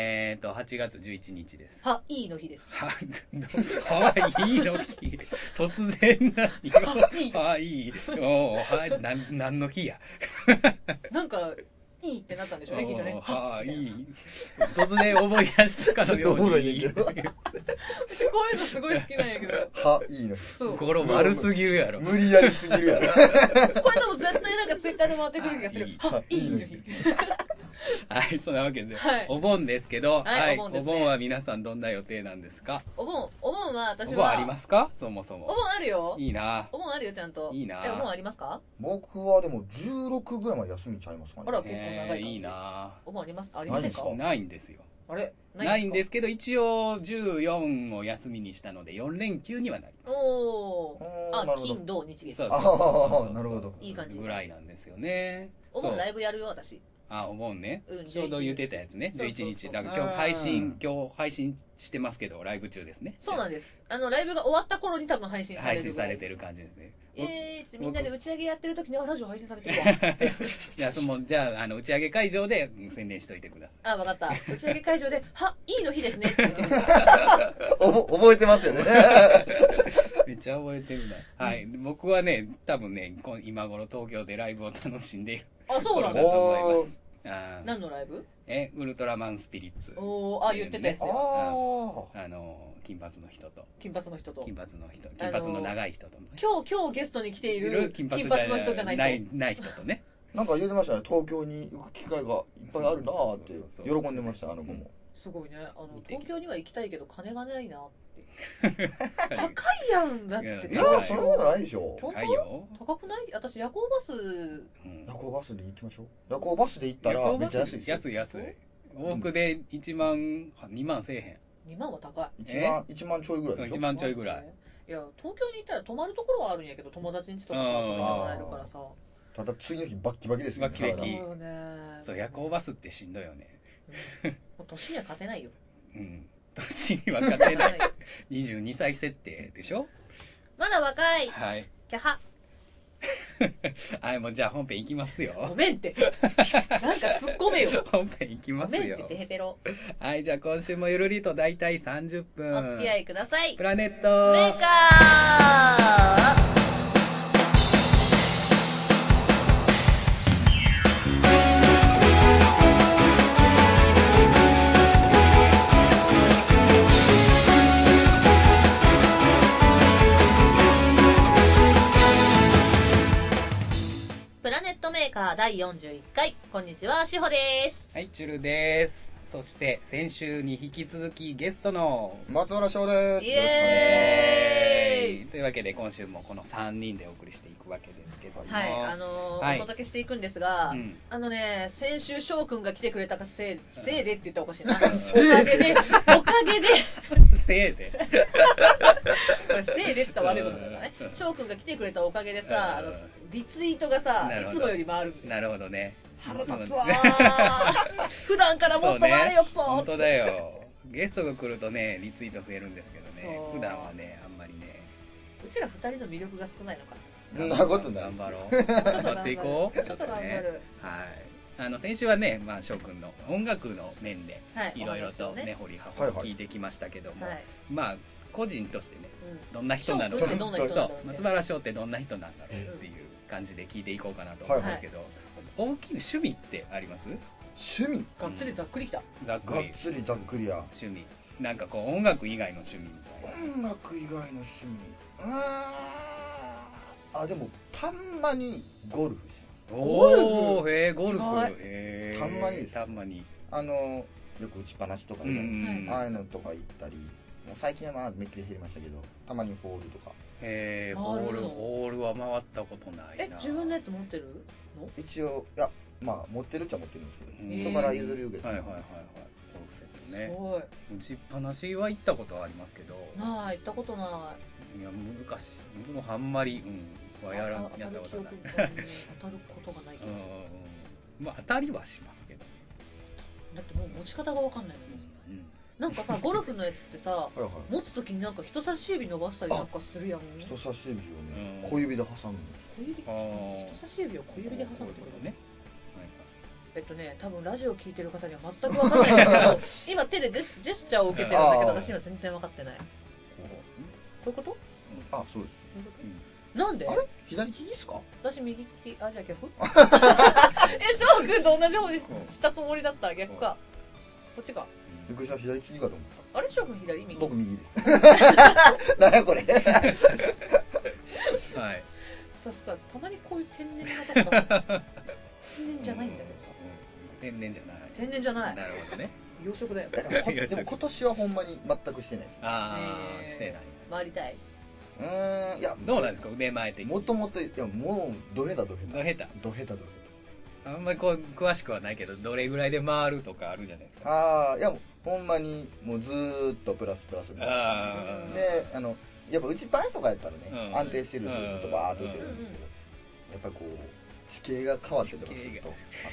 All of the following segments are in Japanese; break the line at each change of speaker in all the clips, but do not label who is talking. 8月11日です。
は、いいの日です。
は、どはいいの日。突然なに。
いい
はいい。おーはい、なん、なんの日や。
なんか、いいってなったんでしょうね、きっとね。
おーはいい。突然思い出したかのよ
ちょっとおも
う
ろい
に
ねんけど。
私 こういうのすごい好きなんやけど。
はいいの
そう。こ
心丸すぎるやろ。
無理やりすぎるやろ
れでも絶対なんかツイッターで回ってくる気がする。は、いいの日。
はい、そんなわけで、
はい
お盆ですけど、
はいお盆ですね
お盆は皆さんどんな予定なんですか
お盆、お盆は私
お
は。
盆ありますかそもそ
お
も。
盆あるよ。
いいな
お盆あるよ、ちゃんと。
いいな
え、お盆ありますか
僕はでも16ぐらいまで休みちゃいますかね
あら結構長い
え
感
ー
じ
いいな
お盆ありますありませんか
ないん
ないんですよ。
あれ
ないんですすけど、一応14を休みにしたので、4連休にはなり
かおー。
おー
あ
な、るほ
金、
ど
土、日、月
そう。
あ
そうそう
なるほど
いい感じ
ぐらいなんですよね。
お盆ラ
そ
イ
う
ブやるよ、私。
あ、お盆ね。
うん
ちょうど言ってたやつね。
そうそうそう
11日。だから今日配
うん
信、今日配信してますけど、ライブ中ですね。
そうなんです。あの、ライブが終わった頃に多分配信され
配
る。
信されてる。感じですね。
えー、ちょっとみんなで打ち上げやってる時に、あ、ラジオ配信されてるわ。
じゃあ、その、じゃあ、あの、打ち上げ会場でうん宣伝しといてく ださ
あ、わか った。打ち上げ会場で、は、いいの日ですね って言ってる。
おぼ覚えてますよね
い。めっちゃ覚えてるな。はい。僕はね、多分ね、こん今頃東京でライブを楽しんでいる
あ、そうな
頃
ん
だ
だ
と。思います。あー
何のライブ
え、ウルトラマンスピリッツ。
おー、あ、言ってたやつ
あ
よ。
あ
あの、金髪の人と、
金髪の人と。
金髪の人、金髪の長い人とね、
今日、今日ゲストに来ている金髪の人じゃない人。
ないない人とね。
なんか言ってましたね東京に行く機会がいっぱいあるなーって
そうそう
喜
そうん
でましたあの子も
すごいね。あの
見、てき
東京には行きたいけど金がないなって。高い
は
やんだっ
い
て。
いやーそんなことないでしょ
い高いよ。
高くない私、夜行バス、
うん
夜行バスで行きましょう夜行バスで行った
夜
ら
行
め
バ
っちゃ安い
ス
ですよ
安い安い。往復で1万、2万せえへん。
2万は高い。
1万一万ちょいぐらいでしょ
1万ちょいぐらい。
いや、東京に行ったら泊まるところはあるんやけど、友達ん家とかさ、泊めてもらえるからさ。
ただ次の日バッキバキですよね
バッキバ
そう
キ
よね。
そう、夜行バスってしんどいよね。
もう年には勝てないよ。
うん。年には勝て ない。
勝てない
22歳設定でしょ
まだ 若い。
はい。
キャハ。
はい、もうじゃあ本編いきます
ご
よ。
めんって。なんか突っ込めよ。
本編いき
ご
ます
めんって、
よ
テ。ヘペロ。
はい、じゃあ今週もゆるりと大体30分。
お付き合いください
プ。ラネット
メーカープラネットメーカー第41回こんにちはしほです
はい、チュルです。そして、先週に引き続きゲストの、
松原翔です
イ
よろしくお願いします
エーイ
というわけで、今週もこの3人でお送りしていくわけですけども。
はいあのー
はい
お届けしていくんですが、
うん
あのね、先週翔くんが来てくれたかせいせいでって言ったらおか しいな。お
せいで
かげで、おかげで、
せいで。
これせいでって言ったら悪いことだからね
う。ん
翔くんが来てくれたおかげでさ、あ
うん
の、リツイートがさ
なる、ほ
い
ど
つもより回るんだよ。
なるほどね。
腹立つわ ー。普段からもっと回れよ、クソ
本当だよ。ゲストが来るとね、リツイート増えるんですけどね
そ。う
普段はね、あんまりね。
うちら二人の魅力が少ないのか
そんなことない
頑
です
張ろう。
な。ちょっと
頑
頑
張っ
張
てい
る。
こ
ち
う。
ょっと頑張
ね。
る。
はい。あの、先週はね、まあ、翔くんの音楽の面で、
はい。
いろいろ
お話
と
を
ね、。掘り葉
は
掘
いはい
り聞いてきましたけども、
はい。
まあ、個人としてね、
うん
どんな人なの
翔
か
くんってどんな人なんだ
そ
ろう
う
ね
松原翔ってどんな人なんだろうっていう感じで聞いていこうかなと思うんですけど、大きい趣味ってあります
趣味
がっつりざっくりきた。
ざっく
がっ
り
つりざっくりや
趣味なんかこう音楽以外の趣味みたいな
音楽以外の趣味うーんあでもたんまにゴルフし
おおへえゴルフ
意外
へえ
たんまにです
たんまに
ますあのよく打ちっぱなしとかあ
うん
る
う
じゃないです
ん
かああ
へ
いうのとか行ったりもう最近はまあめっきり減りましたけどたまにホールとか
え
回
ホー
る
ル
の
ホールは回ったことないな
え、自分のやつ持ってるの
一応いやまあ持ってるっちゃ持ってるんですけ
うん
ど人から譲り受けて
はいはいはいはいゴルフセット
す
ね
ごい。
打ちっぱなしは行ったことはありますけど
なあ、行ったことない。
いや難しい僕もあんまりうんはやらん
当
やった
る
ことない
記憶がね当たることがない気
う
が
ん
す
うん
る
うんまあ当たりはしますけど、
だってもう持ち方が分かんないもんね
うん
なんかさゴルフのやつってさ
はいはい
持つ時になんか人差し指伸ばしたりなんかするやんね
人差し指をね
うん
小指で挟むんで
小指
あー
人差し指を小指で挟むってことね
ね、
え
はいはい
っとね多分ラジオ聞いてる方には全く分かんないんだけど今手でジェスジェスチャーを受けてるんだけど
あー
私には全然分かってないこういうことこ
あそうです
ういうこ
うん
となんで
あれ左利きですか
私右利きあじゃあ逆 え翔くんと同じ方にししたつもりだった逆かこっちか
びっくりした左利きかと思った
あれ翔くん左右
僕右です なんや これ
はい
私さたまにこういう天然なとこだ天然じゃないんだけどさ
うん天然じゃない
天然じゃない
なるほどね
養殖だよ
でもこでも今年はほんまに全くしてないです
ああ
えー
してない
回りたいう
ーんいや
どうなんですか腕前的に
もともといやもうドヘタドヘ
の
タ
下手
ドヘタドヘ
あんまりこう詳しくはないけどどれぐらいで回るとかあるじゃないです
タ
か
ああいやもうほんまにもうずーっとプラスプラスみたいな
あー
であのやっぱうちバイスとかやったらね、
うん
安定してるんで
うん
ずっとバーっと打てるんですけど、やっぱこう地形が変わってとかすると
地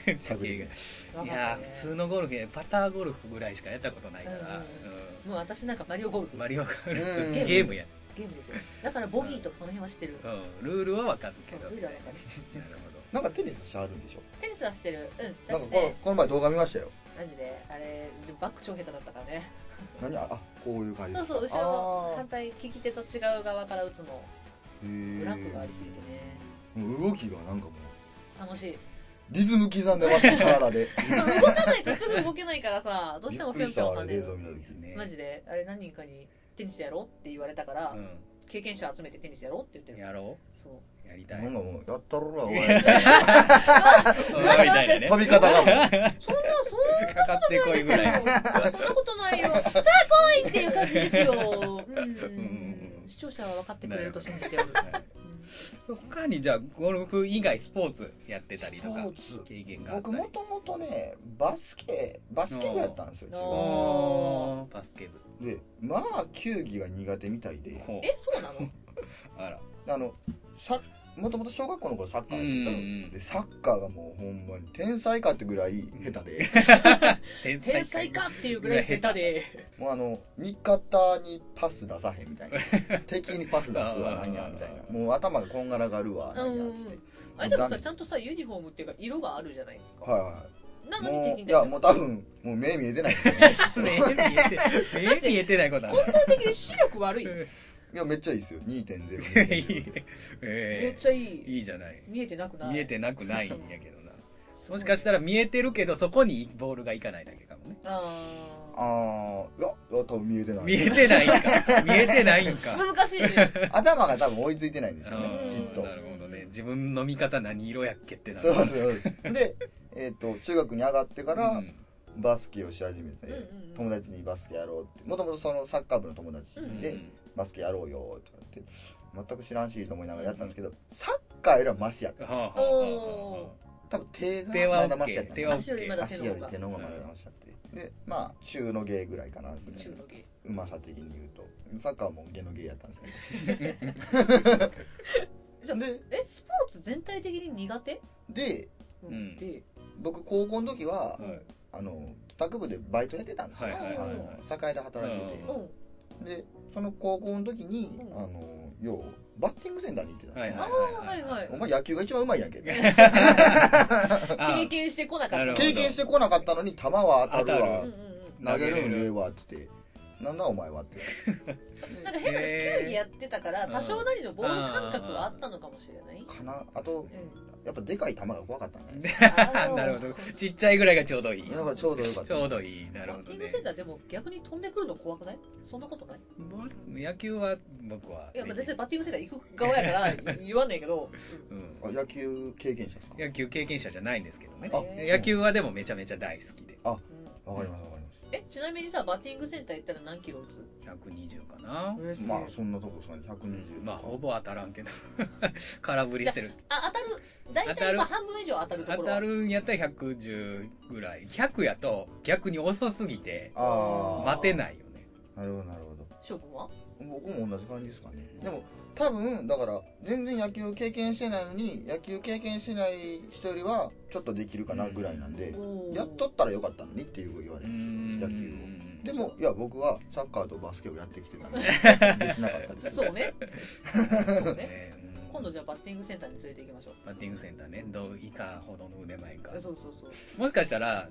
形が
全く できな
分
い
かっ
い
た
や
ね
ー普通のゴルフでパターゴルフぐらいしかやったことないから、
うんうん
う
もう私なんかマリオゴルフ
んマリオゴル
うん
フゲームや、
ゲームですよだからボギーとかその辺は知ってる
うん、ルールは分かるけ
そ
ど
うルールは分かる
なるほど
なんかテニスしはるんでしょ
テニスはしてるうんだ
なん
し
かこの
て
この前動画見ましたよ
マジであれバック超下手だったからね
何ああこういう感じ
そうそう後
あ
ろ
ー
反対利き手と違う側から打つの
へー
ブランクがありすぎてね
もう動きがなんかもう
楽しい
リズム刻んでました体で
そう動かないとすぐ動けないからさ どうしてもぴょんぴょん跳ね
びっくりしたあれ映像
る
見た時
ですね
マジであれ何人かにテニスやろうって言われたから、経験者集めてテニスやろうって言って
うん、
る
やろ
そう
うやりた
ないんかもうやったろらおい
うん
待って
みたいなね
飛び方がも
そんなそ
かかってこいぐらい
んなそんなことないよさあ来いっていう感じですようん
んうん
視聴者は分かってくれると信じておる
他にじゃあゴルフ以外スポーツやってたり
ス
と
ポ
か
ーツ
経験があった
僕
り
もともとねバスケバスケ部やったんですよ中学
おーバスケ部
でまあ球技が苦手みたいで
ほう
えそうなの
あら
あのさもともと小学校の頃サッカーやってた
うんうんうん
んでサッカーがもうほんまに天才かってぐらい下手で、
天
天才かっていうぐらい下手で
もうあの味方にパス出さへんみたいな敵にパス出すわなんやみたいなもう頭がこんがらがるわなんやっつって
うんあれでもさちゃんとさユニフォームっていうか色があるじゃないですか、
はいは
ないのに
も
敵
う
に対
い
し
や
て
もう多分もう目見えてないんですよ
目見えて目見えてないことはない
基本的に視力悪い
いやめっちゃいいですよ2.0 2.0
め
え
っ
え
ちゃいい
いいじゃない
見えてなくない
見えてなくないんやけどな
すご
も
い
しかしたら見えてるけどそこにボールがいかないだけかもね
あ
ああいやいや多分見えてない
見えてないんか見えてないん
ー
か
難 しいね
頭が多分追いついてないんでしょうね
あー
きっと
なるほどね自分の見方何色やっけってな
そう
る
そうそうで、えー、と中学に上がってから、
うん
バスケをし始めて、
うんうんうん
友達にバスケやろうってもともとそのサッカー部の友達で、
うん
バスケやろうよとか言って全く知らんしと思いながらやったんですけど、サッカーよりはマシやった
はあはあはあは
多分手が
手は
まだマシやった
OK 手は OK
足よりまだ手
足
の
より
方が
手の方がまだマシやって、でまあ中の芸ぐらいかなみたい
中
な
の芸
うまさ的に言うとサッカーはもう芸の芸やったんですけ
じゃ
ど
あ
で
えスポーツ全体的に苦手
で
うん
で
僕高校の時は、
あはい
あの帰宅部でバイトやってたんですよ、
はいはいはいはい
あの栄で働いてて、
うん
うん
でその高校の時に、
うん
あのようバッティングセンターに行ってたんですよ、
はい
はいはい
お前野球が一番うまいやんけ
あ
経験してこなかった
なるほど
経験してこなかったのに球は当たるわ
うんうん
投げるんえ えわっつってなんだお前はって
うんなんか変な話
へー
球技やってたから多少なりのボール感覚はあったのかもしれない
かなあとやっぱでかい球が怖かったね
あー
なるほどちっちゃいぐらいがちょうどいい
やっぱちょうどよかった
ちょうどいいなる
バ
ほ
ッテ
ど
ィング
ね
センターでも逆に飛んでくるの怖くないそんなことない
野球は僕はい
やまあ全然バッティングセンター行く側や から言わんないけど
うん
あ野球経験者ですか
野球経験者じゃないんですけどね
あ
へー
野球はでもめちゃめちゃ大好きで
うん
わかりますわかります
えちなみにさバッティングセンター行ったら何キロ打つ
120かな
まあそんなとこですかね120
まあほぼ当たらんけど 空振りしてる
あ当たる大
当た
体
る
まあ半分以上当たるとこ
当
ろは
たるんやったら110ぐらい100やと逆に遅すぎて
ああ
待てないよね
なるほどなるほど
翔くんは
僕も同じ感じですかねでも多分だから全然野球経験してないのに野球経験してない人よりはちょっとできるかなぐらいなんで、
おー
やっとったらよかったのにっていう言われ
う
る、
ん
野球でもいや僕はサ ッカーとバスケをやってきてたのでできなかったです
そうねそうね
ねうん
今度じゃあバッティングセンターに連れて行きましょう
バッティングセンターねどういかほどの腕前か
えそうそうそう
もしかしたら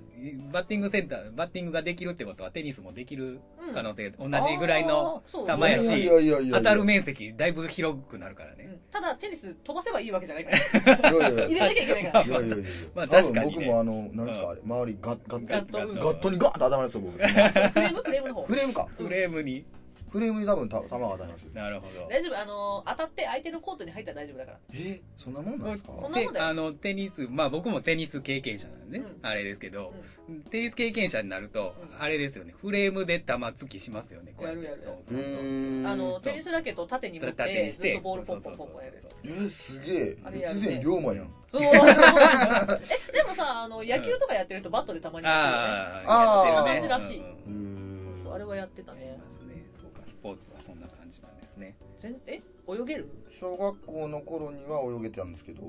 バッティングセンターバッティングができるってことはテニスもできる
うん
可能性、同じぐらいの
そう
球やし
いやいやいやいや
当たる面積だいぶ広くなるから
う
ね
んただテニス飛ばせばいいわけじゃないから
いやいや
入
いやい
れなきゃいけないか
やいやいや
まあ
多
確
分
かにね
僕もあの何ですかあれ周りガッガッ
ガット
ガットにガーンって当たりますよ僕
らフレームフレームの方
フレームか
フレームに
フレームに多分た球が当たりますよ
なるほど
大丈夫あのー当たって相手のコートに入ったら大丈夫だから
えそんなもんなんですか
そんな
で
もんだよ
あのテニスまあ僕もテニス経験者なんでね、
う
あれですけど、テニス経験者になると、
うん
あれですよねフレームで玉突きしますよねこうやって
やるやる
そう
うーん
あのテニスラケットを縦に持っ
縦
て
にし
ず
て
っとボールポンポンポンポンやる
そうそう
えーすげえ
あれやる
越
ね
前龍馬やん
そう えでもさあの野球とかやってるとバットでたまにや
あ
あー
やってるね
そんな感じらしい
うんうん
ってるよねそ
うーん
うあれはやってたね
ますねそうかスポーツはそんな感じなんですね
全え泳げる
小学校の頃には泳げてたんですけど、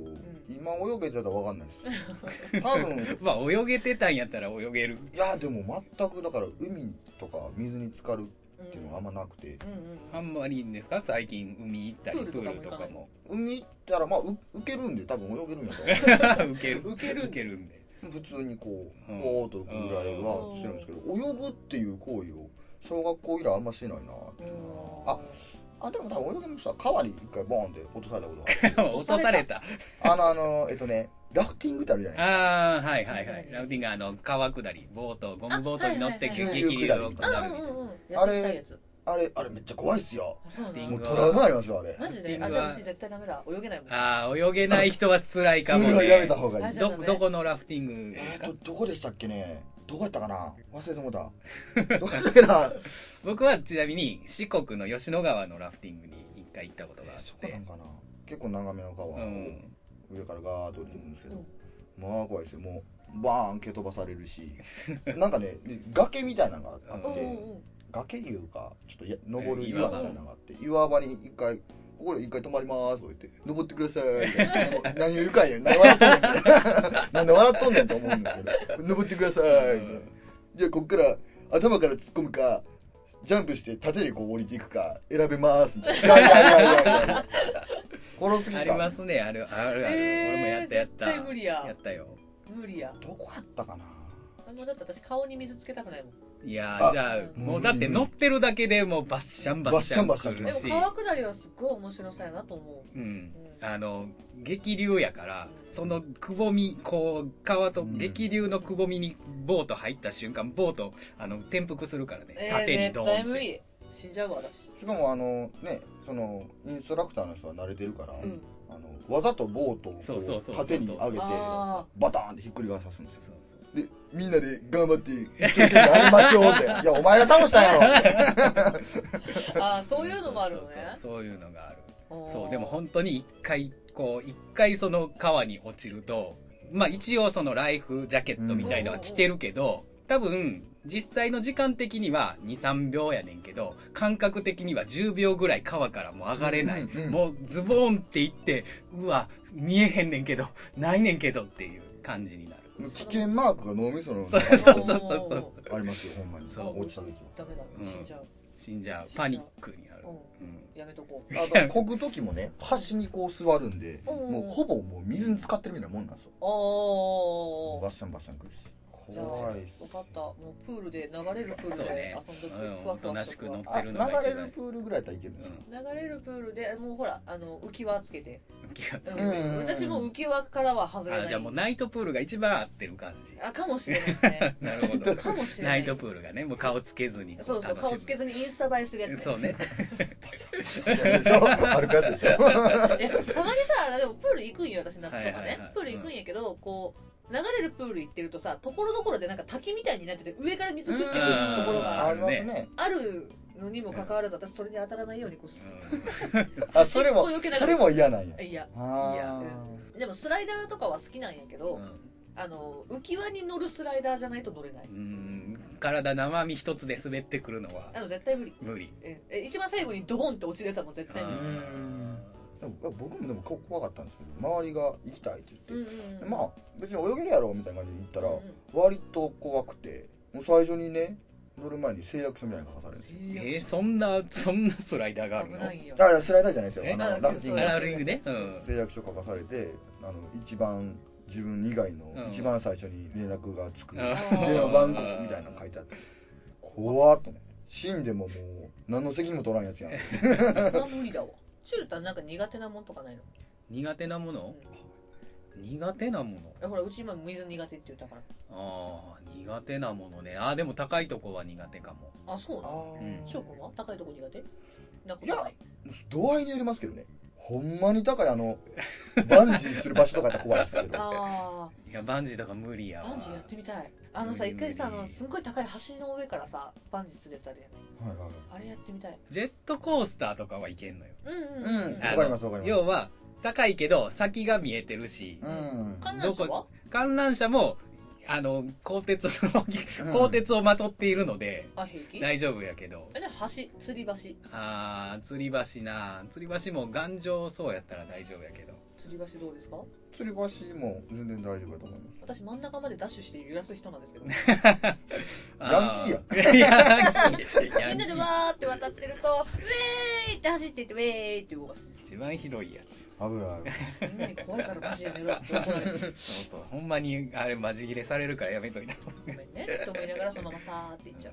今泳げてたら分かんな いです多分
まあ泳げてたんやったら泳げる
いやでも全くだから海とか水に浸かる
うん
っていうのがあんまなくて、
うんうん
あんまりいいんですか最近海行ったりプ
プ
ー
ー
ル
ル
と
と
か
か
も
も
海行ったらまあう浮けるんで多分泳げるんや と 思
受ける
受ける
受けるんで
う普通にこう
うん
ぼーっと浮くぐらいはしてるんですけど、泳ぐっていう行為を小学校以来あんましないな
うん
ああでも多分泳げました川に一回ボーンって落とされたことがある
落とされた
あのあのえっとねラフティングってあるじゃない
ああはいはいはいラウディングあの川下りボートゴムボートに乗って
あ
はいはいはい
激流を下
あ
る
う
みたい
ん
な
うんうん
あ
やって
れ
みたいやつ
あれあれめっちゃ怖いっすよ
あそう
リ
な
ン
ん
グ
もうトラウマありますよあれ
マジで
リン
あ
グ
じゃ
は
あ私絶対ダメだ泳げないもん
ああ泳げない人は辛いか
釣
も
りはやめ
ね
た方がいい
あじゃあ
どどこのラフティングで
え
す
ー
か
とどこでしたっけねどこやったかな忘れてもうたどこやったっけな
僕はちなみに四国の吉野川のラフティングに一回行ったことがあ
えーそ
っ
こな
て
んかな結構長めの川を
うん
上からガーッと降りてくるんですけど、まあ怖いですよもうバーン蹴飛ばされるしなんかね崖みたいなのがあ
うん
っ
うん
て、
うん
崖いうかちょっとや登る
岩
岩
場
みたいなのがあって岩場に一回ここで一回止まりますとか言って「登ってください」みたいな何を言うかんやん何笑っとんねんってなんで笑っとんねんと思うんですけど「登ってください」みたいなじゃあこっから頭から突っ込むかジャンプして縦にこう降りていくか選べますみたいな。いやいやいやいやいや。殺すぎ
あ
た。
りますねあるあるある
えー
俺もやったやった
絶対無理や
やったよ
無理や
どこやったかな。
あんまだって私顔に水つけたくないもん
いやー
あ
じゃあ
うん
もうだって乗ってるだけでもうバッシャンバッシャン
バッシャン
来
バ
る
ッシ
し
でも川下りはすっごい面白さやなと思
うん
うん
あの激流やからそのくぼみこう川と
うん
激流のくぼみにボート入った瞬間ボートあの転覆するから
う
ね
えー
縦にド
絶
ー
対
ンっ
無
て
理死んじゃうわ私
しかもあのね、そのインストラクターの人は慣れてるから、
うん
あのわざとボートをこう
そうそうそう
縦に上げて
あ
バターンってひっくり返さすんです
そ
よ。
うそう
でみんなで頑張って一生懸命やりましょうって。いやお前が倒したんやろって。
ーあーそういうのもあるのね
そうそうそうそういうのがある
あ
そう
ー
でも本当に一回こう一回その川に落ちるとまあ一応そのライフジャケットみたいのは着てるけど多分実際の時間的には23秒やねんけど感覚的には10秒ぐらい川からもう上がれない、
うんうんうん
もうズボンっていってうわ見えへんねんけどないねんけどっていう感じになる
危険マークが脳みその
そう そう
中に
そうそう
ありますよほんまに
そう
落ちた時は。
ダメだ
うん
死んじゃう
死んじゃうパニックになる、
う
うん
んやめとこう
あと漕ぐ時もね端にこう座るんで、
うん
もうほぼもう水に浸かってるみたいなもんなんですよ、
お
バ
ー
ッシャンバッシャン来るし
じゃあ
怖いっす
分かったもうプールで流れるプール
そう
で
ね
遊んどく
うん
ふわふ
おとな
わ
し
し
く
とく
乗っ
わ
てるのが
あ流
一
れる
番
プールぐらいやったらいけるんですよ、
流れるプールでもうほらあの浮き輪つけて、
気が
う
つ
ん
く、
うん
私も浮き輪からは外れな
あ
い
じゃあもうナイトプールが一番合ってる感 じ
あかもしれないです ね
なるほど
かもしれな
ナ
い
イトプールがねもう顔つけずに
そうそう顔つけず
ず
にインスタ映えするやつ、ね、
そうね
いやでしょ歩くやつでしょ
いやたまにさでもプール行くんよ私夏とかね、
はいはいはい
プール行くんやけど、こう流れるプール行ってるとさところどころでなんか滝みたいになってて上から水降ってくるところ
うん
が
ありますね
あるのにもかかわらず私それに当たらないようにこうす、
あそれも
尻尾避けながら
それも嫌なんや
いや
あ
いや
ー
でもスライダーとかは好きなんやけ
う
ど、
ん
あの浮き輪に乗るスライダーじゃないと乗れない
うん体生身一つで滑ってくるのは
あの絶対無理
無理
ええ一番最後にドボンって落ちるやつはもう絶対無理
うん
でも僕もでもこ怖かったんですけど周りが行きたいって
う
言
ん
っ
う
て、
んうん
まあ別に泳げるやろみたいな感じで言ったら、
うんうん
割と怖くてもう最初にね乗る前に誓約書みたいなの書かされるんですよ
えー、そんな、そんなスライダーがある
危
の
ないよ
あいやスライダーじゃないですよ
え
あのラフティング
ラーリングね。うん。
誓約書書かされてあの一番自分以外の
うん
一番最初に連絡がつく
うん
電話番号みたいなの書いてあって怖っと思って死んでももう何の責任も取らんやつやん
そんな無理だわチュルタなんか苦手なもんとかないの
苦手なもの苦手なもの
えほらうち今水苦手って言ったから
ああ、苦手なものね。ああ、でも高いとこは苦手かも。
あそうなの
うん
翔くんは高いとこ苦手なことない
度合いによりますけどねほんまに高いあの バンジーする場所とかやったら怖いですけど
あ
いや、バンジーとか無理や
あ
わ。
バンジーやってみたいあのさ
無理
一回さあ
無理
のすんごい高い橋の上からさバンジーするやつあるやん
はいはいはい
あれやってみたい
ジェットコースターとかはいけんのよ。
うん
うん
うん
わかりますわかります
要は、高いけど、先が見えてるし、
うん
観覧車
ど
は
観覧車も、あの、鋼鉄の、
うん
鋼鉄をまとっているので、
あ平気
大丈夫やけど。
えじゃあ橋吊り橋吊
ああ、吊り橋な吊り橋も頑丈そうやったら大丈夫やけど。
り橋どうですか
吊り橋も全然大丈夫だと思います
私真ん中までダッシュして揺らす人なんですけどみ
あー
ヤン
ヤンキーや。
んなでわーって渡ってるとウェーイって走っていってウェーイって動かす
一番ひどいや
危ない
みんなに怖いからマジやめろって怒られる
つ。そうそう。ほんまに、あれ、マジ切れされるからやめといた方
ごめんねって思いながらそのままさーっていっちゃう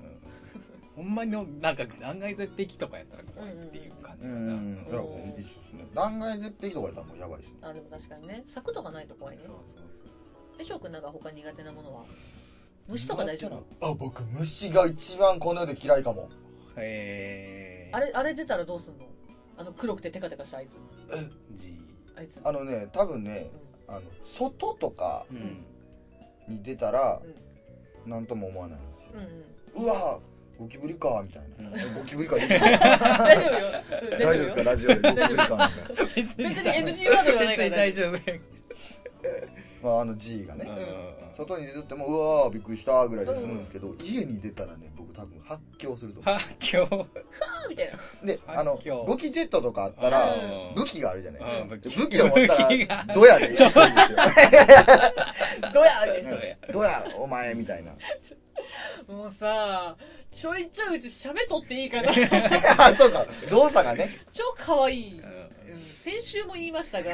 ほんまのなんか断崖絶壁とかやったら怖いっていう感じ
う
かな、
んいや
うん
一緒ですね断崖絶壁とかやったらもうやばいですね
あでも確かにね柵とかないと怖いね
そうそうそう
で翔くんなんか他苦手なものは虫とか大丈夫
あ僕虫が一番この世で嫌いかも
へえ
あれあれ出たらどうすんのあの黒くてテカテカしたあいつ
じ
あいつ
あのね多分ね
う
あの外とか
うん
に出たら
ん
何とも思わないんですよ
うんうん
うわゴキブリかみたいな、
う
ゴキブリかいい 大
大丈夫ようん大丈夫
丈夫で
よ
すかラジオでゴキブリかみたい
別
な、
別に NG ワードではないか
別
ら
に大丈夫や
まあ、あの G が
けど、
ね
うん
外に出てもうわーびっくりしたぐらいで済むんですけど、家に出たらね僕多分発狂すると思
発狂
あーみたいな
うであの
発狂
ゴキジェットとかあった
う
ら
ん
武器があるじゃないですか
うん武器
武器を持った
武器が
らドヤでやるんですよ
どやみたいな
ドヤ
うんドヤお前みたいな
もうさちょいちょいうちシャメ取っていい かな
あそうか動作がね
超可愛い、
う
うんん、先週も言いましたが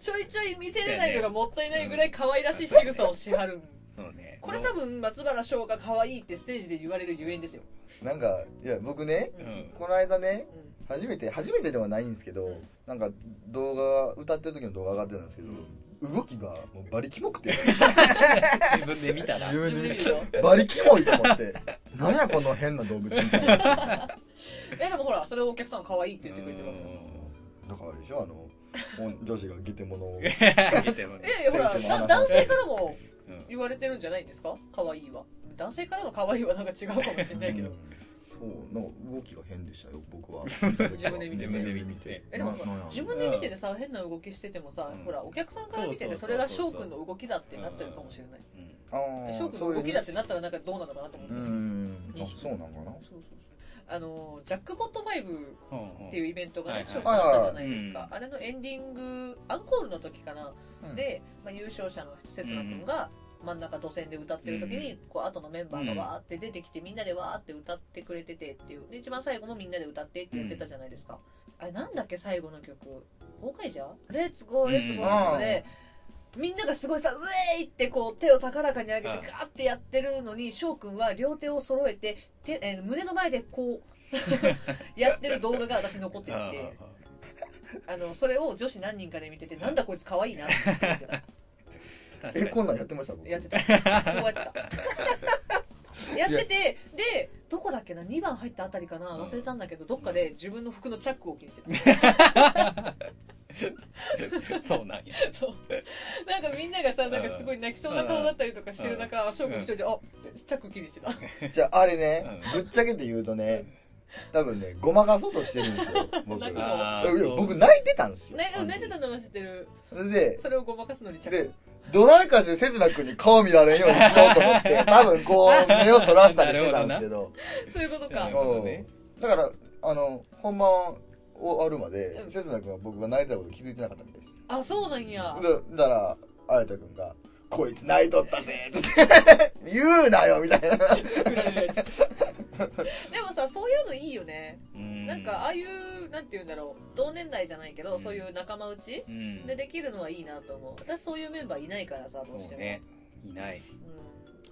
ちょいちょい見せれないのがもったいないぐらい可愛らしい仕草をしはるん
そうね
これ多分松原翔が可愛いってステージで言われるゆえんですよ、
なんかいや僕ね
う
うんん
この間ね
うん
初めて初めてではないんですけど、
うん
なんか動画歌ってる時の動画上がってたんですけど、動きがもうバリキモくて
自分で見たら
自
自
分
分
で見
で
るよ
バリキモいと思ってなんやこの変な動物みたいなだか
えでもほらそれをお客さん可愛いって言ってくれてるわけ
う
らあれでしょあの女子がゲテモノを
ん見てもね
ええほら
先週も話
だ
した
男性からも
うん
言われてるんじゃないんですか可愛いは男性からの可愛いはなんか違うかもしれないけど、
そうなんか動きが変でしたよ僕は
自分で見て
自分で見て
えでも
ななんや
自分で見ててさ変な動きしててもさ、
うん
ほらお客さんから見て
そ
て
う
そ
そ
う
そう
れ
そう
が翔くんの動きだってなってるかもしれない
うん
あ
で
ー
翔くん
そう
の
いう
動きだってなったらなんかどうなのかなと思って、
うん
認
あ
識
そうなんかな
そうそうそうあのジャックポット5
うんうん
っていうイベントが
はい
ね
はい
翔くんあったじゃないです
はい
か
は
あれのエンディングアンコールの時かな、
うん
で、まあ、優勝者の刹那君が真ん中土線で歌ってる時に、こう後のメンバーがわーって出てきてみんなでわーって歌ってくれててっていうで一番最後もみんなで歌ってってやってたじゃないですか、あれなんだっけ最後の曲「崩壊じゃレッツゴーレッツゴー」の中で、みんながすごいさ「ウェーイ!」ってこう手を高らかに上げて
う
ガ
ん
ーってやってるのに翔くんは両手を揃えて手、えー胸の前で こうやってる動画が私残ってい
うん
て。あのそれを女子何人かで見ててなんだこいつ可愛いなって言ってた
確
え
か
こんなんやってました僕
や ってたこうやってたやっててでどこだっけな2番入ったあたりかな忘れたんだけどどっかで自分の服のチャックを気にしてた
にそうなんや
そう なんかみんながさなんかすごい泣きそうな顔だったりとかしてる中翔くん一人で「あチャック気にしてた」
じゃああれね、
う
ぶっちゃけて言うとね多分ねごまかそうとしてるんですよ僕
泣く
い
の
や
あーそう
僕泣いてたんですよ、
ねうん泣いてたのは知ってる
で
それをごまかすのにチャッ
で
ク
ドライカーでせつな君に顔見られんようにしようと思 って多分こう目をそらしたりしてたんですけど
そういうこと
な
か
るほどね
だからあの本番終わるまで
うん
せつな君は僕が泣いてたこと気づいてなかったみたいです
あそうなんや
だだから綾太君が 「こいつ泣いとったぜ」って言うなよみたいな
作られるやつのいいよね。
うん
なんか、ああいう、なんて言うんだろう。同年代じゃないけど、
うん
そういう仲間内
うん
でできるのはいいなと思う。私そういうメンバーいないからさ、どうし
そ
て
う
も。
ねいない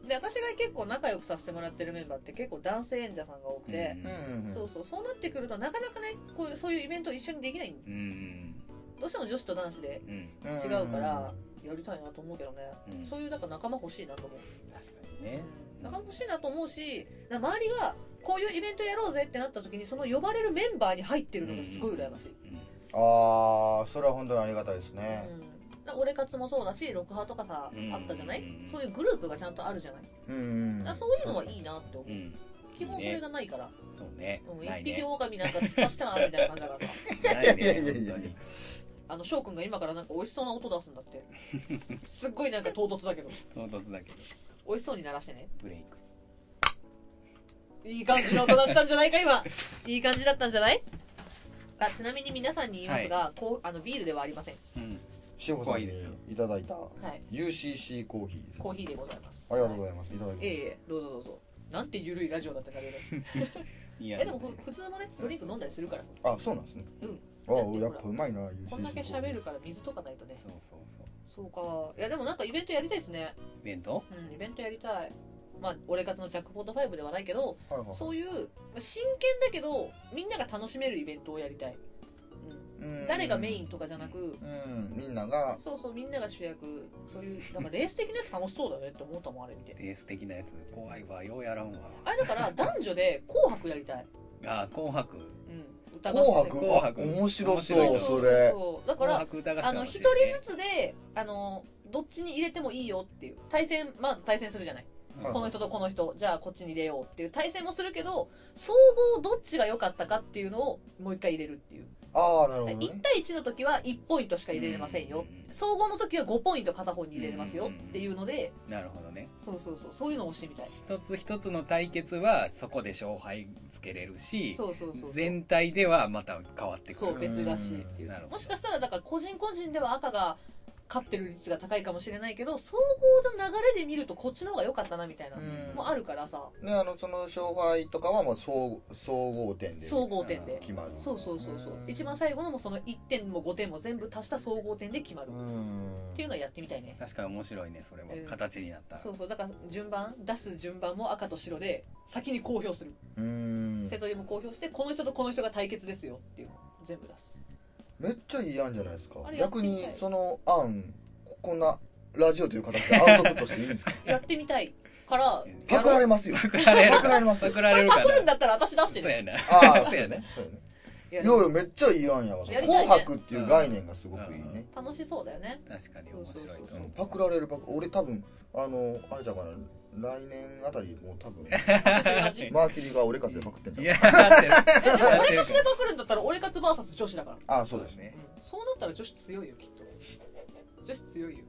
うん。で、私が結構仲良くさせてもらってるメンバーって結構男性演者さんが多くて、
うん
ん
そうそう、そうなってくるとなかなかね、こういう、そういうイベントを一緒にできない。
うん
どうしても女子と男子で
うんうん
うん
違うから、やりたいなと思うけどね。
うん
そういう、なんか仲間欲しいなと思う。
確かにね
仲間欲しいなと思うし、なんか周りがこういうイベントやろうぜってなった時に、その呼ばれるメンバーに入ってるのがすごい羨ましい。
ああそれは本当にありがたいですね、
うんだから俺活もそうだし、六波とかさ、
うん
あったじゃない
うん
そういうグループがちゃんとあるじゃないだか
うん
らそういうのはいいなって思
う
う。
ん
基本それがないから。
そうね
うん
ない
一匹
ね
狼なんか突っ走ったなみたいな感じだからさ。
ない
いやいや
ね
い
本
や
当に
あの、翔くんが今からなんか美味しそうな音出すんだって。すっごいなんか唐突だけど。
唐突だけど
美味しそうに鳴らしてね。
ブレイク
いい感じの音だったんじゃないか、今。いい感じだったんじゃないあちなみに皆さんに言いますが、こうあのビールではありません。
うん
志保さんにいただいた
はい。
UCC コーヒーですね
コーヒーでございます。
ありがとうご
は
ざいますいただき
いえ
ます
えええ、どうぞどうぞ。なんてゆるいラジオだったか、ね、
い
え
や
でもふ普通もね、ドリンク飲んだりするから。
あそうなんですね
うん
ああやっぱうまいな UCC コーヒー
こんだけ喋るから水とかないとね。
そうそうそう
そうか。いや、でもなんかイベントやりたいですね。
イベント
うん、イベントやりたい。まあ、俺活のジャックポット5ではないけど、
はいはい
そういう、まあ真剣だけど、みんなが楽しめるイベントをやりたい。うん
うん
誰がメインとかじゃなく、
うんみんなが
そうそう、みんなが主役。そういう、なんかレース的なやつ楽しそうだねって思ったもん、あれ見て。
レース的なやつ怖いわようやらんわ
あれだ から、男女で紅白やりたい。
あー紅白
うん。歌合戦
紅白
紅
あ
白
面白
面
そ
白
う
い
それ
そうだか
紅
ら、
白歌合
あ
戦
の、
面
一
白いね
人ずつで、あの、どっちに入れてもいいよっていう。対戦、まず対戦するじゃない。
うん
この人とこの人、じゃあこっちに入れようっていう対戦もするけど、総合どっちが良かったかっていうのをもう一回入れるっていう。
ああなるほど
1
ね
対1の時は1ポイントしか入れれませんよ。
う
総合の時は5ポイント片方に入れれますよっていうので、
んなるほどね
そうそうそう、そういうのをしてみたい。
一つ一つの対決はそこで勝敗つけれるし
そうそうそうそう。
全体ではまた変わってく
そ
る
う、別らしいっていう
なる。ほど
もしかしたら、だから個人個人では赤が勝ってる率が高いかもしれないけど、総合の流れで見るとこっちの方が良かったなみたいな
う。ん
もあるからさ、
ねあのその勝敗とかはもう総総合点で
総合点で。
決まる
そうそうそうそう。
ん
一番最後のもその1点も5点も全部足した総合点で決まる。
う
っ
ん
ていうのはやってみたいね。
確かに面白いねそれは
うん
形になったら
そうそう。だから順番、出す順番も赤と白で、先に公表する。
うん
瀬戸にも公表して、この人とこの人が対決ですよっていうのを全部出す。
めっちゃいい案じゃないですか
あれやって
逆
みたい
にその案ここんなラジオという形でアウトプットしていいんですか
やってみたいから、
パクられ
ま
ますよ
パクられる
パクられます
パ
よ
クられる
パ
か
クるん
ら
だったら私出して
そう
ね。
やな
ああそうやねそうやね
いや
いやいやめっちゃいい案やわ
やりたいね
紅白っていう概念がすごくいいね
楽しそうだよね。
確かに面白いと
うん
思う
パクられるパク俺多分あのあれじゃうかな来年あたりもう多分
え
マーキュリーが俺かでパクってんじゃ
い
ん
やだって
でも俺活でパクるんだったら俺活 VS 女子だから。
ああそうですね
そうなったら女子強いよ、きっと。女子強いよ。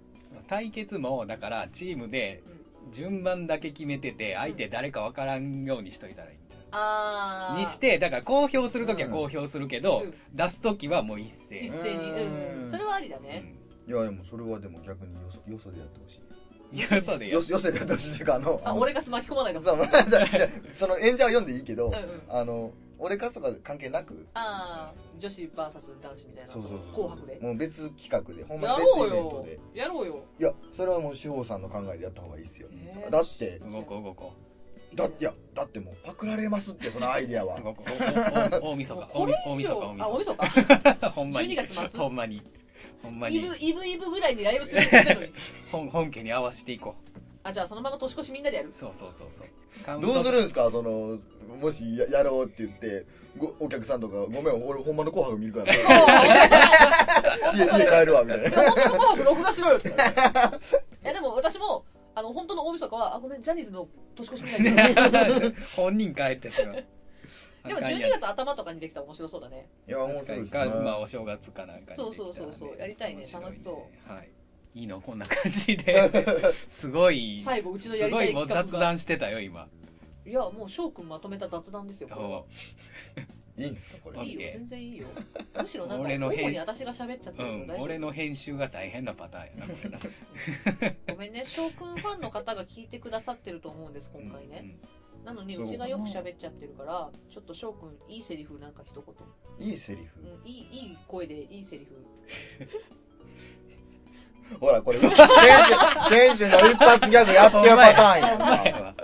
対決もだからチームで
うん
順番だけ決めてて相手誰か分からんようにしといたらいいみたい
あ
な
ー。
にしてだから公表するときは公表するけど、
うん
出すときはもう一
一
斉、
斉に。うん。
うん
それはありだ
う
ね。
いやでもそれはでも逆によそよそでやってほしい
ん、いやそうで
よ
よ
そよそでやってほしいっていうかあの
あ、
の
俺活巻き込まないかもしれな
そう
い。
まあじゃあいやその演者は読んでいいけど、
うんうん
あの俺かとか関係なく
あー、女子 VS 男子みたいな。
そうそうそう
紅白で。
もう別企画でほん
や
まに別
ろ
イ
う
ベント
よ
で。
やろうよ。
いやそれはもう志保さんの考えでやった方がいいですよ
ねえ
だって
動こう動こ
だいやだってもうパクられますってそのアイディアは
う動こうおおお大晦
もう
日
これ
大
以
晦日
上、あ、大
大晦
晦日
日 ほんまに
12月末
ほんまにほんま
イ
に
ブ、イブイブぐらいにライブするって言ってたのに。
本本家に合わせていこ
あ、じゃあそのまま年越しみんなでやる
う。そうそうそうそうカウント
どうするんですかそのもしややろうって言ってごお客さんとか「ごめん俺ほんまの紅白見るから
そう
家
本
家帰るわ」みたいな
当の紅白録画しろよって。いや、でも私も、あの、本当の大晦日は、あ、ごめん、ジャニーズの年越しみたい な。
本人帰ってたよ
でも12月頭とかにできたら面白そうだね。
いや面
確
白
か
いで
に
す
か、まあ
ね
お正月かなんかにできたらね
そうそうそうそうやりたいね
面白
楽しそ
はいいいのこんな感 じですごい
最後、うちのやりた
す
い
ごいもう
企画が。
雑談してたよ今
いや、もう翔くんまとめた雑談ですよ、これは。
いいんですかこれ
オッ
いい
ケー
よ、全然いいよ。むしろなんか、
俺の編
主に私が喋っちゃって
う
るの
ん
大丈
俺の編集が大変なパターンやなこれな
夫。ごめんね、翔くんファンの方が聞いてくださってると思うんです、今回ね。なのに
そう
うちがよく喋っちゃってるからちょっと翔くんいいセリフなんか一言、
いいセリフ、
うん、いいいい声でいいセリフ
ほらこれ先週先週の一発ギャグやってるパターンやんな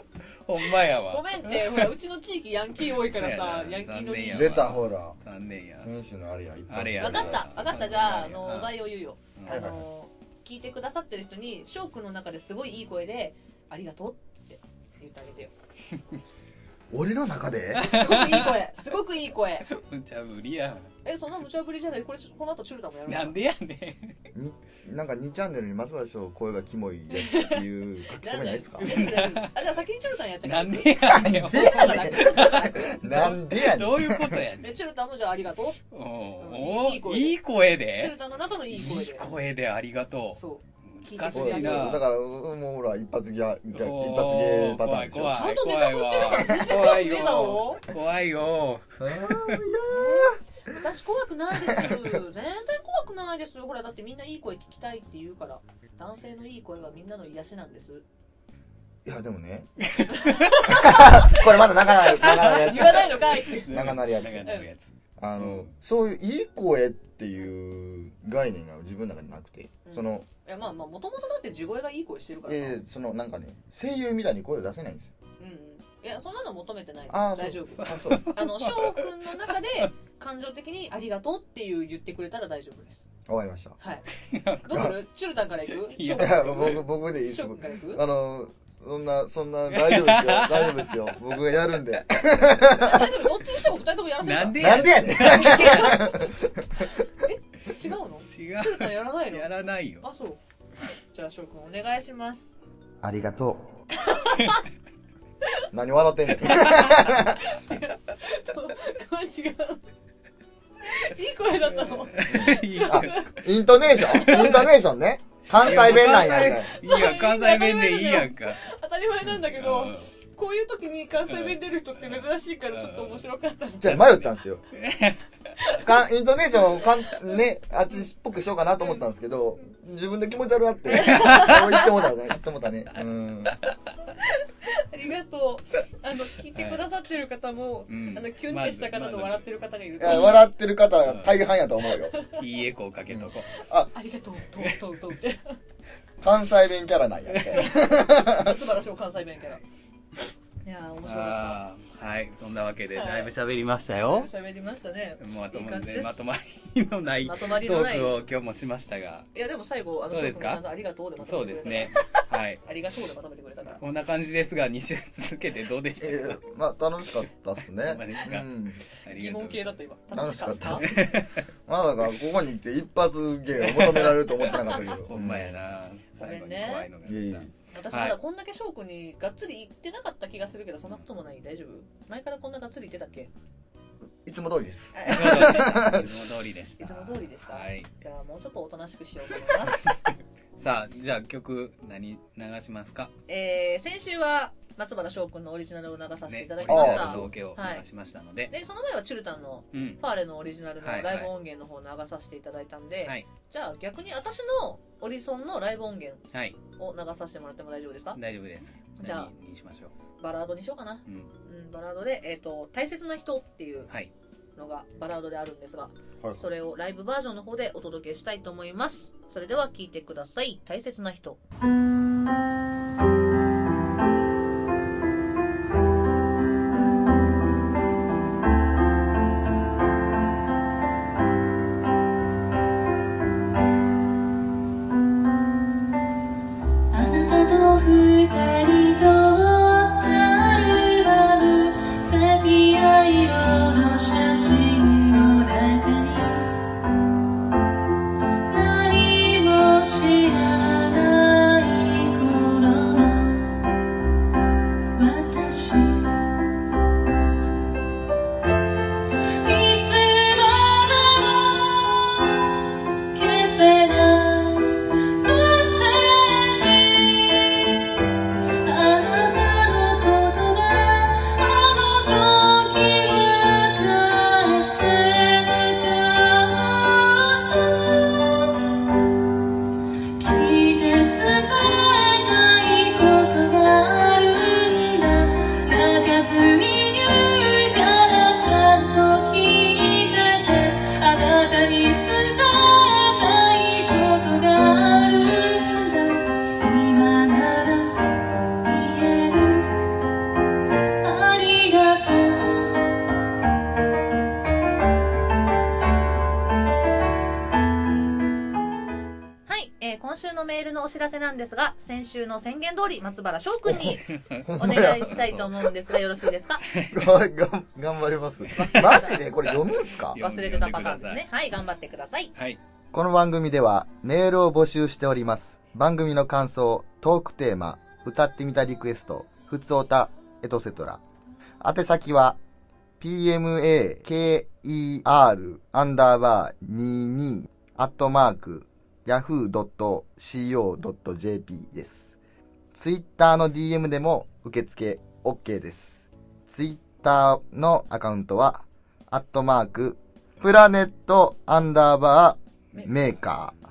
ほんまや
ご
わ。
めんってほらうちの地域ヤンキー多いからさ
そう
ヤ
や
ン
な
キーの
残念や
出たほら
残念や。
先週のあれや一発
あれや
分かった分かったじゃああの
うん
お題を言うよ
うん
あの聞いてくださってる人に翔くんの中ですごいいい声で「ありがとう」って言ってあげてよ
俺の中です
ごくいい声すごくいい声
むちゃぶりや。
えそんな無茶ぶりじゃないこれちょこの後チュルタもやる
なんでやね
なんか2チャンネルに松村翔声がキモいやつっていう書き込みないですか
あじゃあ先にチュルタンやって
ん。
から
な んでやねん。
そうそうだねそうだね
なんでやねん
どういうことやねん。
えチュルタンもじゃあありがとう
お
いい
お
声で
いい声
チュル
で
タンの中のいい声
いい
で
声でありがとう。
そう
難し
そう
い
だ
な。
からもうほら一発ギャ一発
おー
芸パターンでしょ
怖い
ちゃんとネタ振ってるから先生怖
怖
い
い
ねえだ
よ
ろ。
怖いよ。
私怖くないです全然怖くないですほらだってみんないい声聞きたいって言うから男性のいい声はみんなの癒しなんです
いやでもね これまだ長なる長なるやつ
言わないのかいって
長なるやつ
長なるやつ。
あの、
うん
そういういい声っていう概念が自分の中になくて、
うん
その
いやまあまあもともとだって地声がいい声してるからな
えーそのなんかね声優みたいに声を出せないんですよ
うんうんいやそんなの求めてない
あー
大丈夫
あそう
あの翔くんの中で感情的に「ありがとう」っていう言ってくれたら大丈夫です
わかりました
はいどうするチュルタンからいく
い
翔
や
くん
い
から行
や
く
僕僕でいいです
翔くんからいく
あのそんなそんな大 丈夫ですよ大丈夫ですよ僕がやるんで
大丈夫どっちにしても2人ともやらせるから
なんで
な
やね
んでやねん
違うの
ん。違。
チュルタンやらないうの
やらないよ。
あそうじゃあ翔くんお願いします
ありがとう何笑ってんねん
違ういい声だったの
いい
あ
よ。
イントネーションイントネーションね関西弁なんやみたいない
いや、関西弁でいいやんか。
当たり前なんだけ
う
ど
ん
こういう時に関西弁出る人って珍しいからちょっと面白かった
じゃあ迷ったんですよ。かイントネーションをかん、ね、あっちっぽくしようかなと思ったんですけど、自分で気持ち悪なって。もう言ってもうたね。言ってもうたね。うん。
ありがとうあの聞いてくださってる方も、
うん
あのキュンってした方と笑ってる方がいる
い
と、
や笑ってる方が大半やと思うよ。
いいエコーかけとこ
ありがとうとうとうとうって
関西弁キャラなん や、みたいな。
素晴らしい関西弁キャラいやー面
う。
白かっ
ああ、はい。そんなわけで、だいぶ喋りましたよ。
た喋りましたね
まと
いい
も
感じ
で
です
まとまりのない
ま
ト
とまりのない
ークを今日もしましたが、
いやでも最後あの
そう
翔
です
くん
か
がちゃんとありがとうでまと
そう
めて
で
くれ
す
た
ね。はい。
ありがとうでまとめてくれたから
こんな感じですが、2週続けてどうでした
え
か
ーまあ楽しかったっす
ほ
ね
んま。です
う
か
ん。
あり
疑
がと
問
うござ
系
い
だ
ま
っ
す
た今
楽しかったっすまあだからここに来て一発芸を求められると思ってなかったけど。
ほんまやな。
ごめ
最後
ん
に
ね
怖いのがあ
いえい
っ
え
私まだこんだけ翔くんにがっつり言ってなかった気がするけどそんなこともない大丈夫前からこんながっつり言ってたっけ
いつも通りです。
た。いつも通りでし
い
た。
つも通りでした、
はい。
じゃあもうちょっとおとなしくしようと思い ます
さあ、じゃあ曲何流しますか
えー、先週は松原翔くんのオリジナルを流させてい
ね、
ただき
オ
ま
リ
し
ジナ
た、
ル造形を流しましたので。
でその前はチュルタンの
うん。
ファーレのオリジナルの
はいはい
ライブ音源の方を流させていただいたんで、
はい。
じゃあ逆に私のオリソンのライブ音源
はい。
を流させてもらっても大丈夫ですか
大丈夫です。
じゃあ
何にしましょう。
バラードにしようかな、
うん。
うん、バラードで、えっと「大切な人」っていう
はい。
のがバラードであるんですが
はい
それをライブバージョンの方でお届けしたいと思いますそれでは聴いてください大切な人
あなたと二人とアルバムセピア色の写真の中に何も知らない
のお知らせなんですが、先週の宣言通り、松原翔くんにお願いしたいと思うん ですが、よろしいですか
がんがん 頑張ります。マジでこれ読むんすか
忘れてたパターンですね。はい、頑張ってください。
はい。
この番組ではメールを募集しております。番組の感想、トークテーマ、歌ってみたリクエスト、ふつおた、エトセトラ。宛先は、pmaker アンダーバー22アットマーク yahoo.co.jp です。ツイッターの DM でも受付 OK です。ツイッターのアカウントは、アットマーク、プラネットアンダーバーメーカー。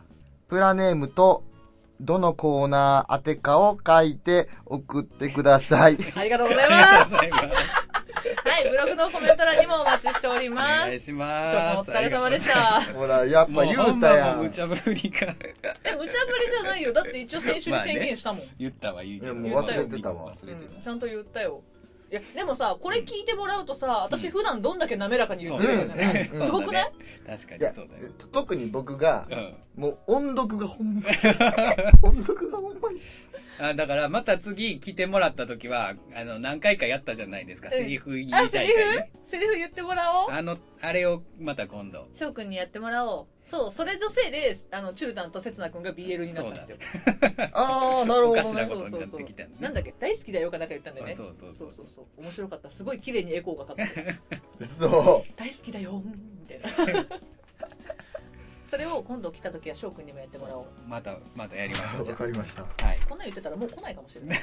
プラネームとどのコーナー宛てかを書いて送ってくださ い。
ありがとうござい
ありが
ま
とうございます。
す。はい、ブログのコメント欄にもお待ちしており
お
ま
願い
す。
します。
翔くんお疲れ様でした。
ほら、やっ
もう
ぱ言
ほん
う
ま
たや
もう無
ん。
茶ぶりが
え、無茶ぶりじゃないよ。だって一応先週に宣言したもん。
言ったわ言たわ
いやも
う忘れ
てたわ
忘れて
うんちゃんと言ったよ。いや、でもさ、これ聞いてもらうとさ、私普段どんだけ滑らかに言ってるかじゃない、
うん
すごくない、
た確かに
いや
そうだよ、
特に僕が、
う
もう音読がほんま に。音読がほんま
ん、
に。
あだからまた次来てもらった時はあの何回かやったじゃないですか、
うん
セリフ言いた
あ、
いか
セ
ら
リフ
ね
セリフ言ってもらおう。
あのあれをまた今度
翔くんにやってもらおう。そう、それのせいで、あの、チューダンとせつなくんが BL になったんですよ。
ああ、なる
お
ほ
か
ど
し
ね。
なことになってきたん
なんだっけ大好きだよかなんか言ったんだよね。
あそうそうそう
そうそうそう面白かった。すごい綺麗にエコーがかかってる。
そ
大好きだよみたい な。それを今度来た時は翔くんにもやってもらおう。
またまたやりましょ
う。
うじ
わ
ゃ
かりました。
あはい
こんなん言ってたらもう来ないかもしれな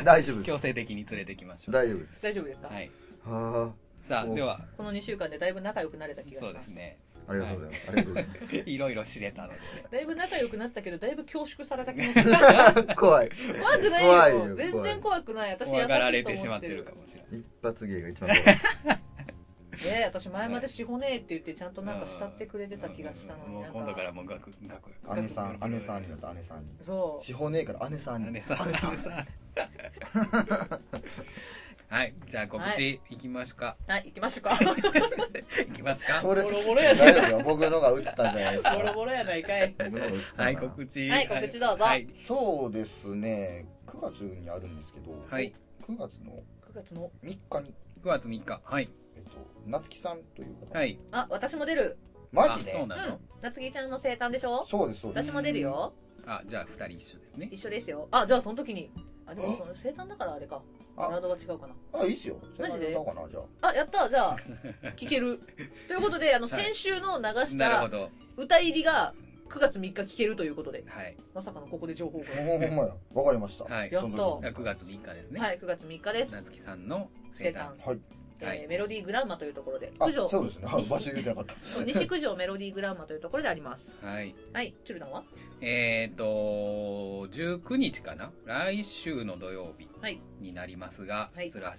い。
大丈夫で
強
す。
制的に連れてきましょう
大丈夫です。
大丈夫ですか、
はい
は
さあ
お
では
この2週間でだいぶ仲良くなれた気がします。
そうです。ね
あ。ありがとうございます。ありがとうございま
いろいろ知れたのでね
だいぶ仲良くなったけど、だいぶ恐縮された気 がする。
す。怖い。
怖くないよ
怖いよ
全然怖くない。私優しいと思ってる。
怖がられてしまってるかもしれない
一発芸が一番怖い。
ねえ私前までしほねえって言ってちゃんとなんか慕ってくれてた気がしたのに
もう
なん
今度から
か
もうガクガク
姉さん、姉さんになった、姉さんに。
そう
地方ねえから姉さんに。
姉さん姉さん はいじゃあ告
は
知いきますか、
はい、行きましょうか。
い、きます か
これ、
ボ
大
ロボロやな
丈夫よ。僕のが映ったんじゃな いです
ボロ
か。
ボロやないかい。
僕のが映ったんだな
はい告知
はい告知どうぞ
はい
そうですね。9月にあるんですけど、
はい、
9月の
9月の。
3日に、
9月3日はい
えっと、夏木さんという方、
はい
あ、私も出る。
マジ
あそう
で
なの、
夏希ちゃんの生誕でしょ
そうです、そうです。
私も出るよ。
あじゃあ2人一緒ですね
一緒ですよ。あ、じゃあその時に。あ、でもその生誕だからあれか。
あ
ワードが違うかな。
あ、いいっすよ。
マジで
それからやろうかな、じゃあ。
あ、やったじゃあ、聞け る。ということで、あの、
はい
先週の流し
なるほ
た
ど
歌入りが9月3日聞けるということで、
はい
まさかのここで情報が。
ほんまや。わかりました。
はい
やっと
その時
9月3日ですね、
はい、9月3日です。
夏希さんの
生
生誕
誕。
はい。
はい
えーメロディーグランマというところで、
あ
九、条、
そうですね。はい場所言うてなかった。
西九条メ ロディーグランマというところであります。
はい
はい、チュルダンは
えっ、ー、と19日かな来週の土曜日
はい
になりますが、
はい
鶴橋
は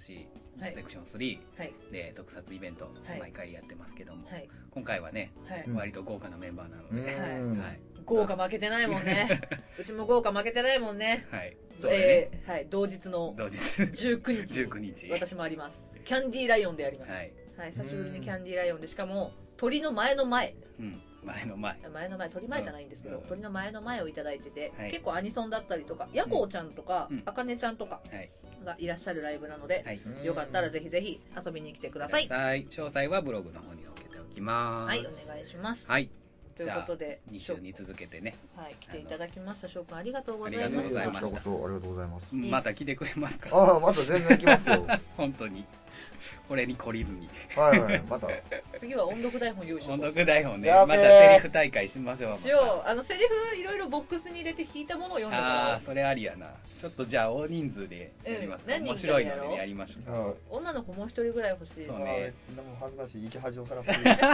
い
セクション3
はい、
で特撮イベント
はい
毎回やってますけども、
はい、
今回はね
はい。
割と豪華なメンバーなの
う
で、
ーん。
はい
豪華負けてないもん ね。うちも豪華負けてないもんね。
はいそうだね、
えーはい、同日の
同日
19日。
19日
私もあります。キャンディーライオンでやります。
はい、
はい、久しぶりにキャンディーライオンで、しかも、鳥の前の前、
うん、前の前
前の前、鳥前じゃないんですけど、
うん
鳥の前の前をいただいてて、
はい
結構アニソンだったりとか、ヤコウちゃんとか
うん、
あかねちゃんとか
はい
がいらっしゃるライブなので、
はいく
よかったらぜひぜひ遊びに来てください。
詳細はブログの方に載っけておきます
はい、お願いします。
はい
ということで、
2週に続けてね
はい、来ていただきました。翔くんありがとうござ
あ
い
り
ま
がとう
し
ござい
た
ま。
こちらこそありがとうございます。
い
また来てくれますか
ああ、また全然来ますよ。
本当にこれに懲りずに
はいはい、また。
次は音読台本用意しよ
音
う。
読台本ね
や
ま
べえ
たセリフ大会しましょうまた
しよう。あの、セリフいろいろボックスに入れて弾いたものを読んでも
あ
ら
あそれありやなちょっとじゃあ大人数でやりますか、
うん
面白い
何人かでや
の
ろ
で
う
やりましょう
は
おう。女の子もう一人ぐらい欲しい。
そう
い。
ね
でも恥ずかしい。生き恥をさらす。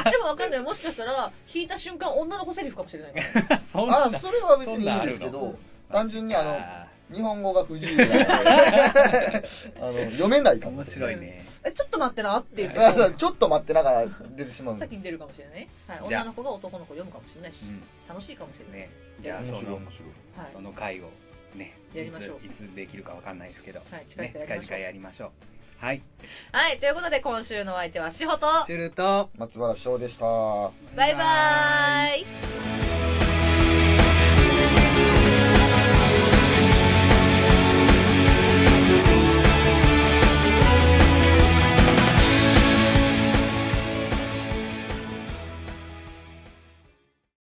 でもわかんない。もしかしたら、弾いた瞬間女の子セリフかもしれない から。
そんな
ああ、それは別にいいんですけ
そん
ど、単純にあの
あ
日本語が不自由なので あの、読めない
ー
かも
面
しれ
白
ない。
いね
え、ちょっと待ってなって言 って。
だからちょっと待ってながら出てしまうんです
先に出るかもしれないね。はい。
じゃあ
女の子が男の子読むかもしれないし、楽しいかもしれ
うん
ない。
ねじゃあそ
面白い
の
面白い
はい
そ。の回をね
やりましょう
いついつできるかわかんないですけど、
はい、近
ね
々や
近
りましょ
々
う。
やりましょうはい
はい、ということで今週のお相手はしほと、
チュルと
松原翔でした。
バイバーイ